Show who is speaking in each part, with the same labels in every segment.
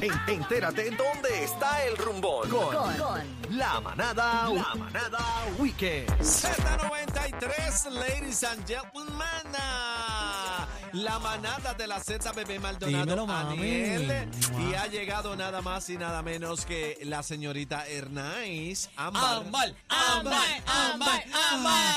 Speaker 1: En- entérate dónde está el rumbón. Con, la manada, la manada weekend.
Speaker 2: Z93, ladies and gentlemen. La manada de la ZBB Maldonado
Speaker 3: Dímelo, mami.
Speaker 2: Aniel. Y
Speaker 3: Mua.
Speaker 2: ha llegado nada más y nada menos que la señorita Hernández. Ámbar.
Speaker 3: Ámbar, ámbar, ámbar, ámbar.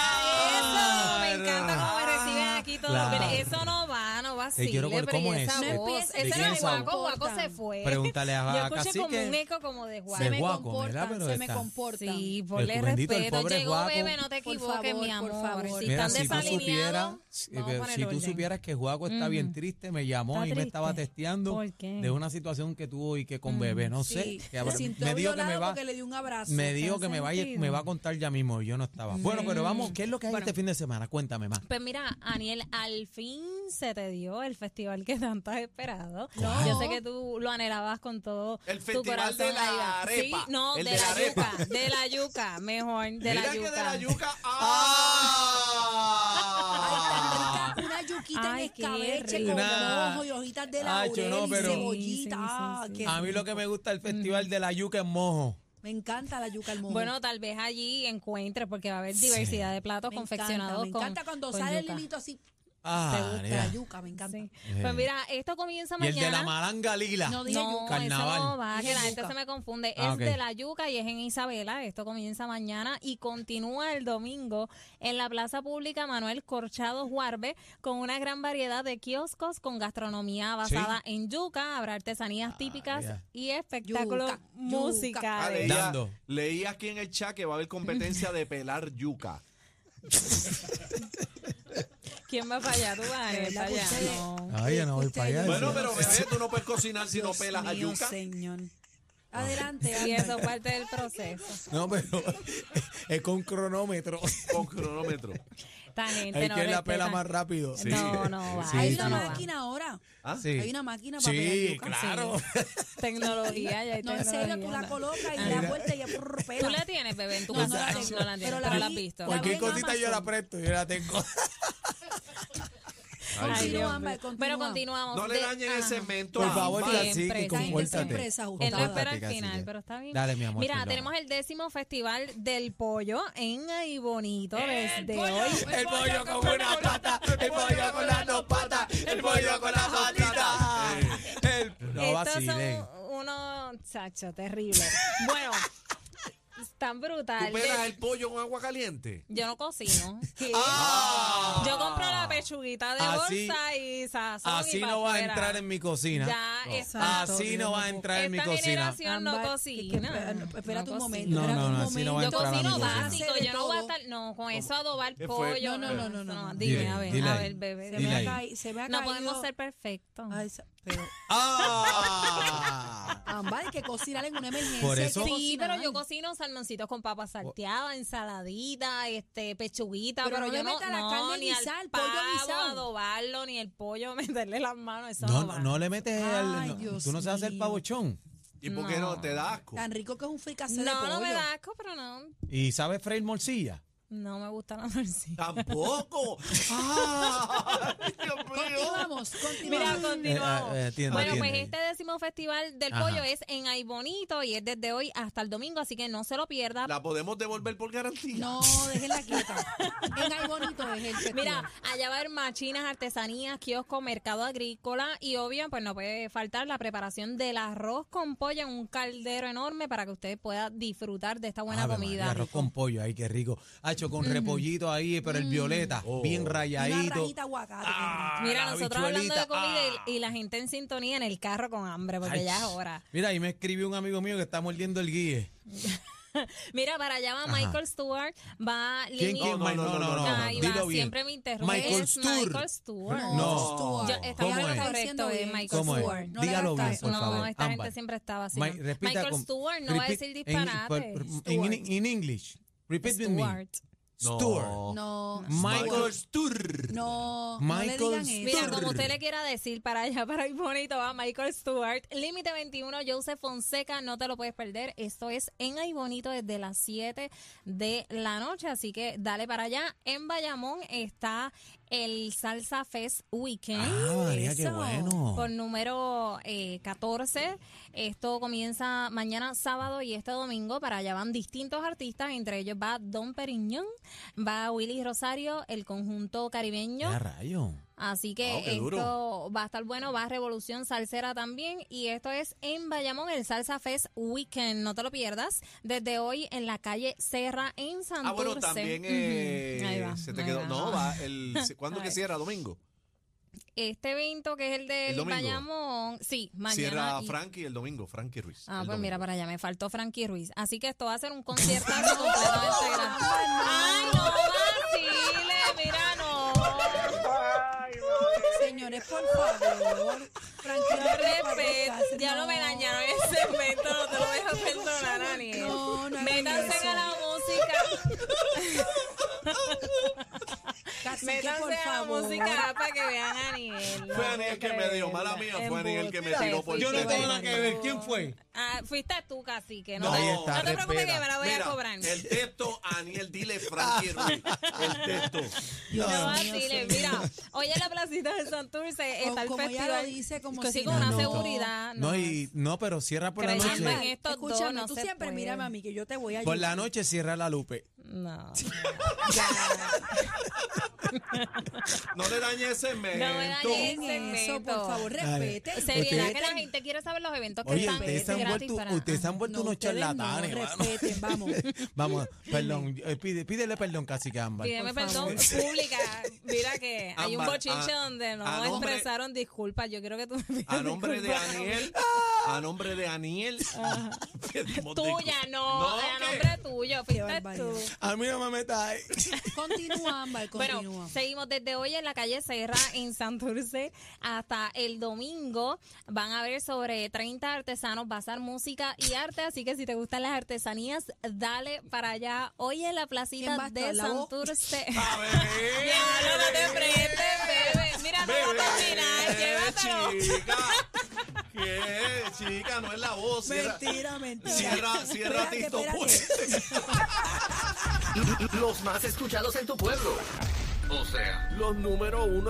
Speaker 4: Eso, me encanta cómo me reciben aquí todos.
Speaker 3: Claro.
Speaker 4: Pero eso no va, no va así.
Speaker 3: quiero ver
Speaker 4: pero
Speaker 3: cómo
Speaker 4: y
Speaker 3: es
Speaker 4: esa
Speaker 3: ese.
Speaker 4: voz,
Speaker 3: No
Speaker 4: ese
Speaker 3: empieces,
Speaker 4: era
Speaker 3: ¿de quién
Speaker 4: Guaco,
Speaker 5: son?
Speaker 4: Guaco se fue.
Speaker 3: Pregúntale a-
Speaker 4: Yo
Speaker 3: a
Speaker 4: escuché como
Speaker 3: Cacique.
Speaker 4: un eco como de Guaco.
Speaker 3: Se
Speaker 5: se me
Speaker 3: guaco, ¿verdad?
Speaker 5: comportan,
Speaker 3: Pero
Speaker 5: se
Speaker 3: está-
Speaker 5: me comportan.
Speaker 4: Sí,
Speaker 3: El
Speaker 4: ponle
Speaker 3: bendito, el
Speaker 4: respeto.
Speaker 3: pobre
Speaker 4: Llegó,
Speaker 3: Guaco.
Speaker 4: bebé, no te
Speaker 5: Por
Speaker 4: equivoques,
Speaker 5: favor,
Speaker 4: mi
Speaker 5: por
Speaker 4: amor.
Speaker 5: favor.
Speaker 4: Si
Speaker 5: Mira,
Speaker 4: están
Speaker 3: si tú supieras,
Speaker 4: desalineados,
Speaker 3: si,
Speaker 4: vamos a
Speaker 3: pero
Speaker 4: poner
Speaker 3: si tú
Speaker 4: orden.
Speaker 3: supieras que Juaco está bien triste, me llamó
Speaker 4: ¿Está
Speaker 3: y me estaba
Speaker 4: triste?
Speaker 3: testeando
Speaker 4: ¿Por qué?
Speaker 3: de una situación que tuvo y que con bebé, no
Speaker 5: Sí,
Speaker 3: sé, que
Speaker 5: me
Speaker 3: habrá-
Speaker 5: sintió
Speaker 3: me dijo que me
Speaker 5: violado
Speaker 3: va,
Speaker 5: porque le di un abrazo.
Speaker 3: me dijo
Speaker 4: sin
Speaker 3: que me va, a- me va a contar ya mismo, y yo no estaba. Bueno, pero vamos, ¿qué es lo que hay
Speaker 4: Bueno.
Speaker 3: este fin de semana? Cuéntame más.
Speaker 4: Pues mira, Aniel, al fin se te dio el festival que tanto has esperado.
Speaker 3: No.
Speaker 4: Yo sé que tú lo anhelabas con todo
Speaker 2: El
Speaker 4: tu
Speaker 2: festival
Speaker 4: corazón.
Speaker 2: de la
Speaker 4: ahí va.
Speaker 2: arepa.
Speaker 4: Sí, no,
Speaker 2: El
Speaker 4: de,
Speaker 2: de la
Speaker 4: la,
Speaker 2: arepa.
Speaker 4: yuca, de la yuca, mejor, de
Speaker 2: Mira
Speaker 4: la
Speaker 2: que
Speaker 4: yuca.
Speaker 2: de la yuca.
Speaker 5: Ay,
Speaker 2: ¡Ah!
Speaker 5: tan rica, una yuquita
Speaker 4: Ay,
Speaker 5: en
Speaker 4: qué
Speaker 5: escabeche
Speaker 4: rico.
Speaker 5: con
Speaker 3: Nah.
Speaker 5: ojo y hojitas de
Speaker 3: Ah,
Speaker 5: laurel
Speaker 3: yo no, pero-
Speaker 5: y
Speaker 4: Sí, sí, sí,
Speaker 5: cebollita. Ah,
Speaker 4: sí.
Speaker 5: qué
Speaker 3: A mí lo
Speaker 5: rico.
Speaker 3: que me gusta el festival de la yuca en mojo.
Speaker 5: Me encanta la yuca al mojo.
Speaker 4: Bueno, tal vez allí encuentres, porque va a haber
Speaker 3: Sí.
Speaker 4: diversidad de platos
Speaker 5: me encanta,
Speaker 4: confeccionados
Speaker 5: me encanta
Speaker 4: con,
Speaker 5: cuando
Speaker 4: con
Speaker 5: sale
Speaker 4: yuca.
Speaker 5: el hilito así.
Speaker 3: Ah,
Speaker 5: te gusta
Speaker 3: ya.
Speaker 5: la yuca, me encanta.
Speaker 4: Sí.
Speaker 3: Eh.
Speaker 4: Pues mira, esto comienza
Speaker 3: y
Speaker 4: mañana.
Speaker 3: el de la maranga lila.
Speaker 5: No dije
Speaker 4: No,
Speaker 5: yuca.
Speaker 3: Carnaval.
Speaker 4: eso no va, que la
Speaker 5: Yuca.
Speaker 4: gente se me confunde.
Speaker 3: Ah,
Speaker 4: es
Speaker 3: ok.
Speaker 4: de la yuca y es en Isabela. Esto comienza mañana y continúa el domingo en la Plaza Pública Manuel Corchado Juarbe con una gran variedad de kioscos con gastronomía basada en yuca. Habrá artesanías típicas
Speaker 3: Ah, ya.
Speaker 4: y espectáculos
Speaker 5: Yuca, yuca.
Speaker 2: Ah,
Speaker 4: musicales.
Speaker 2: leía,
Speaker 3: Dando.
Speaker 2: leí aquí en el chat que va a haber competencia de pelar yuca.
Speaker 4: ¿Quién va para allá? Tú vas,
Speaker 5: De verdad
Speaker 4: para
Speaker 5: que
Speaker 4: allá.
Speaker 5: ustedes-
Speaker 4: No.
Speaker 3: Ay, ya no voy para allá.
Speaker 2: Bueno, pero bebé, tú no puedes cocinar si no
Speaker 5: Dios
Speaker 2: pelas a
Speaker 5: mío,
Speaker 2: yuca.
Speaker 5: señor.
Speaker 3: Ah.
Speaker 5: Adelante,
Speaker 4: Y eso
Speaker 5: Ángel.
Speaker 4: es parte del proceso.
Speaker 3: No, pero es con cronómetro.
Speaker 2: Con cronómetro.
Speaker 4: Esta gente
Speaker 3: El
Speaker 4: no
Speaker 3: que la
Speaker 4: respeta.
Speaker 3: pela más rápido.
Speaker 4: No, no, va,
Speaker 3: Sí,
Speaker 5: Hay
Speaker 3: sí,
Speaker 5: una
Speaker 4: eso no va.
Speaker 5: máquina ahora.
Speaker 2: ¿Ah?
Speaker 3: Sí.
Speaker 5: Hay una máquina para pelar
Speaker 3: Sí,
Speaker 5: yuca.
Speaker 3: claro.
Speaker 4: Tecnología, ya hay
Speaker 5: No, en serio, tú
Speaker 4: tecnología,
Speaker 5: la
Speaker 4: Este, no. Ah,
Speaker 5: colocas y la vuelta y ya prrr,
Speaker 4: Tú
Speaker 5: pela.
Speaker 4: la tienes, bebé, en tu
Speaker 5: No,
Speaker 4: casa.
Speaker 5: no la
Speaker 4: No,
Speaker 5: tengo.
Speaker 4: no la tienes,
Speaker 5: Pero la
Speaker 4: pero la has
Speaker 5: vi-
Speaker 4: visto.
Speaker 5: la vi
Speaker 3: Cualquier
Speaker 5: en
Speaker 3: cosita yo la
Speaker 5: Amazon.
Speaker 3: presto, yo la tengo.
Speaker 4: Ay, Dios
Speaker 5: Continúa,
Speaker 4: mío.
Speaker 5: Ángel, continúa.
Speaker 4: Pero continuamos.
Speaker 2: No le
Speaker 4: de-
Speaker 2: dañen el
Speaker 4: ajá.
Speaker 2: cemento
Speaker 3: Por
Speaker 2: a
Speaker 3: favor,
Speaker 2: Ámbar.
Speaker 4: Siempre,
Speaker 3: Cacique,
Speaker 4: esa gente
Speaker 3: compórtate.
Speaker 5: sorpresa, justo.
Speaker 4: Él no
Speaker 5: Compórtate,
Speaker 4: espera al
Speaker 3: Cacique.
Speaker 4: final, pero está bien.
Speaker 3: Dale, mi amor,
Speaker 4: Mira,
Speaker 3: perdona.
Speaker 4: tenemos el décimo festival del pollo en Ay Bonito desde hoy.
Speaker 3: El pollo con una pata, el pollo con las dos patas, el pollo con las dos patitas. El... Ah. No
Speaker 4: Estos
Speaker 3: vacilen.
Speaker 4: son unos chacho terrible. bueno, tan brutal.
Speaker 2: ¿Tú pelas
Speaker 4: De-
Speaker 2: el pollo con agua caliente?
Speaker 4: Yo no cocino. ¿Qué?
Speaker 3: Ah.
Speaker 4: Yo compro la pechuguita de
Speaker 3: Así-
Speaker 4: bolsa y sazón
Speaker 3: Así
Speaker 4: y pa'
Speaker 3: no vas a
Speaker 4: afuera.
Speaker 3: entrar en mi cocina.
Speaker 4: Ya,
Speaker 3: No.
Speaker 4: exacto.
Speaker 3: Así no vas a entrar en mi
Speaker 4: Esta
Speaker 3: cocina.
Speaker 4: generación no
Speaker 5: Ámbar,
Speaker 4: cocina.
Speaker 5: que- que- espérate
Speaker 4: No
Speaker 5: un
Speaker 4: cocina.
Speaker 5: momento.
Speaker 3: No,
Speaker 5: espérate
Speaker 3: no, no,
Speaker 5: un
Speaker 3: así no va a
Speaker 4: Yo
Speaker 3: entrar a mi
Speaker 4: cocino
Speaker 3: cocina.
Speaker 4: básico,
Speaker 5: Hace de
Speaker 4: yo no voy a
Speaker 5: todo.
Speaker 4: estar, no, con eso adobar
Speaker 2: ¿Qué fue?
Speaker 4: pollo.
Speaker 5: No, no, no, no, no.
Speaker 4: Dime,
Speaker 3: Dile,
Speaker 4: a ver,
Speaker 3: dile
Speaker 4: a
Speaker 3: ahí.
Speaker 4: ver,
Speaker 5: Se
Speaker 4: bebé.
Speaker 3: Dile
Speaker 5: me, ha
Speaker 3: ahí.
Speaker 5: caído, se me ha
Speaker 4: No
Speaker 5: caído.
Speaker 4: podemos ser perfectos.
Speaker 5: Ay, sa- pero,
Speaker 3: ¡Ah!
Speaker 5: ambas hay que cocinar en una emergencia.
Speaker 3: Por
Speaker 5: hay
Speaker 3: eso-
Speaker 5: que
Speaker 4: Sí,
Speaker 5: cocinar.
Speaker 4: pero yo cocino salmoncitos con papas salteadas, ensaladita, este, pechuguita,
Speaker 5: Pero
Speaker 4: pero,
Speaker 5: no
Speaker 4: yo
Speaker 5: le
Speaker 4: no,
Speaker 5: meta la
Speaker 4: no,
Speaker 5: carne
Speaker 4: ni
Speaker 5: guisada,
Speaker 4: al
Speaker 5: el pollo
Speaker 4: pavo
Speaker 5: guisado.
Speaker 4: adobarlo, ni el pollo meterle las manos, eso
Speaker 3: No,
Speaker 4: no,
Speaker 3: no,
Speaker 4: va.
Speaker 3: no le metes al.
Speaker 5: Ay,
Speaker 3: no,
Speaker 5: Dios
Speaker 3: tú no sabes hacer
Speaker 5: mío.
Speaker 3: pavochón.
Speaker 2: ¿Y por qué no?
Speaker 4: No.
Speaker 2: ¿Te da asco?
Speaker 5: Tan rico que es un fricasé de
Speaker 4: No,
Speaker 5: pollo.
Speaker 4: no me da asco, pero no,
Speaker 3: ¿Y sabes freír morcilla?
Speaker 4: no me gusta la morcilla.
Speaker 2: Tampoco. ¡Ah! Ay, Dios mío.
Speaker 5: Continuamos,
Speaker 4: Mira,
Speaker 5: continuamos.
Speaker 4: continuamos.
Speaker 3: Eh, eh, atienda,
Speaker 4: bueno, pues
Speaker 3: atienda.
Speaker 4: este décimo festival del
Speaker 3: Ajá.
Speaker 4: pollo es en Ay Bonito y es desde hoy hasta el domingo, así que no se lo pierda.
Speaker 2: ¿La podemos devolver por garantía?
Speaker 5: No, déjenla quieta. En Ay Bonito es el festival.
Speaker 4: Mira, allá va a haber machinas, artesanías, kiosco, mercado agrícola y obvio, pues no puede faltar la preparación del arroz con pollo en un caldero enorme para que usted pueda disfrutar de esta buena
Speaker 3: Ave María,
Speaker 4: comida.
Speaker 3: arroz con pollo, ay, qué rico. Hacho con repollito ahí, pero el violeta, bien
Speaker 5: una
Speaker 3: rayadito.
Speaker 5: rajita aguacate.
Speaker 3: Ah,
Speaker 4: Mira,
Speaker 3: la
Speaker 4: nosotros hablando de
Speaker 3: habichuelita,
Speaker 4: comida
Speaker 3: ah.
Speaker 4: y, y la gente en sintonía en el carro con hambre, porque
Speaker 3: Ay,
Speaker 4: ya es hora.
Speaker 3: Mira, ahí me escribió un amigo mío que está mordiendo el guille.
Speaker 4: Mira, para allá va Michael Stewart, va
Speaker 3: ¿Quién,
Speaker 4: Lenny-
Speaker 3: quién?
Speaker 2: No, no,
Speaker 3: No, no,
Speaker 2: no,
Speaker 3: no, no,
Speaker 4: Ahí va,
Speaker 3: Dilo bien.
Speaker 4: siempre me interrumpe.
Speaker 3: Michael
Speaker 4: Es
Speaker 3: Stewart.
Speaker 4: Michael Stewart.
Speaker 3: No.
Speaker 5: Stewart.
Speaker 4: Yo- está bien
Speaker 3: ¿Cómo es?
Speaker 4: correcto, es Michael
Speaker 3: ¿Cómo es?
Speaker 4: Stewart.
Speaker 5: No le hagas
Speaker 3: Dígalo bien,
Speaker 5: caso.
Speaker 3: por
Speaker 4: no,
Speaker 3: favor.
Speaker 4: esta
Speaker 3: Ámbar.
Speaker 4: gente siempre estaba así.
Speaker 3: Ma-
Speaker 4: ¿no?
Speaker 3: repita
Speaker 4: Michael
Speaker 3: con-
Speaker 4: Stewart no va a
Speaker 3: repeat-
Speaker 4: decir
Speaker 3: en-
Speaker 4: disparates.
Speaker 3: por- En in- in English. Repeat with me.
Speaker 4: Stewart.
Speaker 2: No.
Speaker 3: Stuart.
Speaker 5: No, Stewart.
Speaker 3: Michael Stur.
Speaker 5: No,
Speaker 3: Michael
Speaker 5: no le digan
Speaker 3: Stewart.
Speaker 5: eso.
Speaker 4: Mira,
Speaker 3: Stewart.
Speaker 4: como usted le quiera decir, para allá, para ahí bonito va Michael Stewart. Límite 21, Joseph Fonseca, no te lo puedes perder. Esto es en ahí bonito desde las 7 de la noche, así que dale para allá. En Bayamón está el Salsa Fest Weekend.
Speaker 3: Ah, María, qué
Speaker 4: Eso.
Speaker 3: bueno.
Speaker 4: Por número eh, 14. Esto comienza mañana sábado y este domingo. Para allá van distintos artistas. Entre ellos va Don Periñón, va Willy Rosario, el conjunto caribeño.
Speaker 3: Ya rayo.
Speaker 4: Así que
Speaker 2: Wow, qué
Speaker 4: esto
Speaker 2: duro.
Speaker 4: va a estar bueno, va a Revolución Salsera también y esto es en Bayamón el Salsa Fest Weekend, no te lo pierdas, desde hoy en la calle Serra en Santurce.
Speaker 2: Ah, bueno, también eh,
Speaker 4: Ujú. Ahí va,
Speaker 2: se te
Speaker 4: ahí
Speaker 2: quedó.
Speaker 4: va.
Speaker 2: No, va el. ¿Cuándo
Speaker 4: Ay.
Speaker 2: que cierra? ¿Domingo?
Speaker 4: Este evento que es el
Speaker 2: ¿El
Speaker 4: del
Speaker 2: domingo?
Speaker 4: Bayamón, sí, mañana.
Speaker 2: Cierra
Speaker 4: y-
Speaker 2: Frankie el domingo, Frankie Ruiz.
Speaker 4: Ah,
Speaker 2: el
Speaker 4: pues mira
Speaker 2: domingo.
Speaker 4: para allá, me faltó Frankie Ruiz. Así que esto va a ser un concierto completamente gratis. este Ay, no vacile, mira, no.
Speaker 5: Señores, por favor. Tranquila,
Speaker 4: Respeto, ya no me dañaron el segmento, no te lo dejo perdonar, Aniel.
Speaker 5: No, no hagan
Speaker 4: Métanse
Speaker 5: eso.
Speaker 4: a la música, métanse
Speaker 5: por
Speaker 4: a la
Speaker 5: favor.
Speaker 4: música para que vean a Aniel.
Speaker 2: Fue Aniel el que me dio, mala mía, fue Aniel el que me
Speaker 4: Embuste.
Speaker 2: tiró por
Speaker 4: Yo no tengo
Speaker 2: teléfono.
Speaker 4: nada que ver, ¿quién fue? Ah, fuiste tú, casi que no.
Speaker 2: No, ahí
Speaker 4: no
Speaker 2: está,
Speaker 4: te preocupes que
Speaker 3: respeta.
Speaker 4: me la voy
Speaker 2: Mira,
Speaker 4: a cobrar.
Speaker 2: El texto, Aniel, dile Frankie Ruiz. El texto.
Speaker 5: Dios
Speaker 4: No,
Speaker 5: mío,
Speaker 4: Chile,
Speaker 5: señor.
Speaker 4: mira, hoy en la placita de
Speaker 5: O
Speaker 4: Santurce está el
Speaker 5: como ella
Speaker 4: festival.
Speaker 5: lo dice, como
Speaker 4: que
Speaker 5: si
Speaker 4: sí, con
Speaker 5: no,
Speaker 4: una
Speaker 5: no.
Speaker 4: seguridad.
Speaker 3: No, y, no, pero cierra por la
Speaker 4: Creyendo en
Speaker 3: noche.
Speaker 4: estos dos
Speaker 5: Escúchame,
Speaker 4: no
Speaker 5: tú
Speaker 4: se
Speaker 5: siempre
Speaker 4: puede.
Speaker 5: mírame a mí que yo te voy a ayudar.
Speaker 3: Por la noche cierra la lupe.
Speaker 4: No.
Speaker 2: No le dañe ese
Speaker 4: No me
Speaker 2: mento.
Speaker 4: dañe.
Speaker 5: En eso, por
Speaker 4: Segmento.
Speaker 5: favor, respeten.
Speaker 4: Seriedad
Speaker 3: Ustedes-
Speaker 4: que la gente quiere saber los eventos que
Speaker 3: Oye,
Speaker 4: están
Speaker 3: ustedes se han
Speaker 4: gratis
Speaker 3: vuelto,
Speaker 4: para-
Speaker 3: ustedes se han vuelto
Speaker 5: No,
Speaker 3: unos
Speaker 5: ustedes no,
Speaker 3: charlatanes. mano.
Speaker 5: respeten, vamos.
Speaker 3: vamos, perdón. eh, pide- pídele perdón, casi que ámbar.
Speaker 4: Pídeme
Speaker 5: Por
Speaker 4: perdón pública. Mira que hay un
Speaker 2: Ámbar,
Speaker 4: bochinche
Speaker 2: a-
Speaker 4: donde no
Speaker 2: a nombre-
Speaker 4: expresaron disculpas. Yo creo que tú me pides
Speaker 2: A nombre de
Speaker 4: disculpas.
Speaker 2: Aniel. A nombre de Aniel. pedimos
Speaker 4: Tuya,
Speaker 2: disculpas.
Speaker 4: no. a
Speaker 2: ¿qué?
Speaker 4: nombre tuyo. Fuiste
Speaker 5: barbaridad.
Speaker 4: tú.
Speaker 3: A mí no me metas ahí.
Speaker 5: Continúa, Ámbar, continúa.
Speaker 4: Bueno, seguimos desde hoy en la calle Serra en Santurce hasta el domingo. Van a haber sobre 30 artesanos, va a ser música y arte, así que si te gustan las artesanías, dale para allá hoy en la
Speaker 5: ¿Quién va a
Speaker 4: placita
Speaker 5: actuar,
Speaker 4: de
Speaker 5: la voz?
Speaker 4: Santurce.
Speaker 2: A ver.
Speaker 4: Llévalo, no te prestes, bebé. Mira, no va a terminar, llévatelo.
Speaker 2: Chica. ¿Qué? Chica, no es la voz. cierra-
Speaker 5: mentira, mentira.
Speaker 2: Cierra, cierra,
Speaker 5: Espérate,
Speaker 2: Tito.
Speaker 5: espérate.
Speaker 2: pues.
Speaker 1: Los más escuchados en tu pueblo. O sea, los número uno.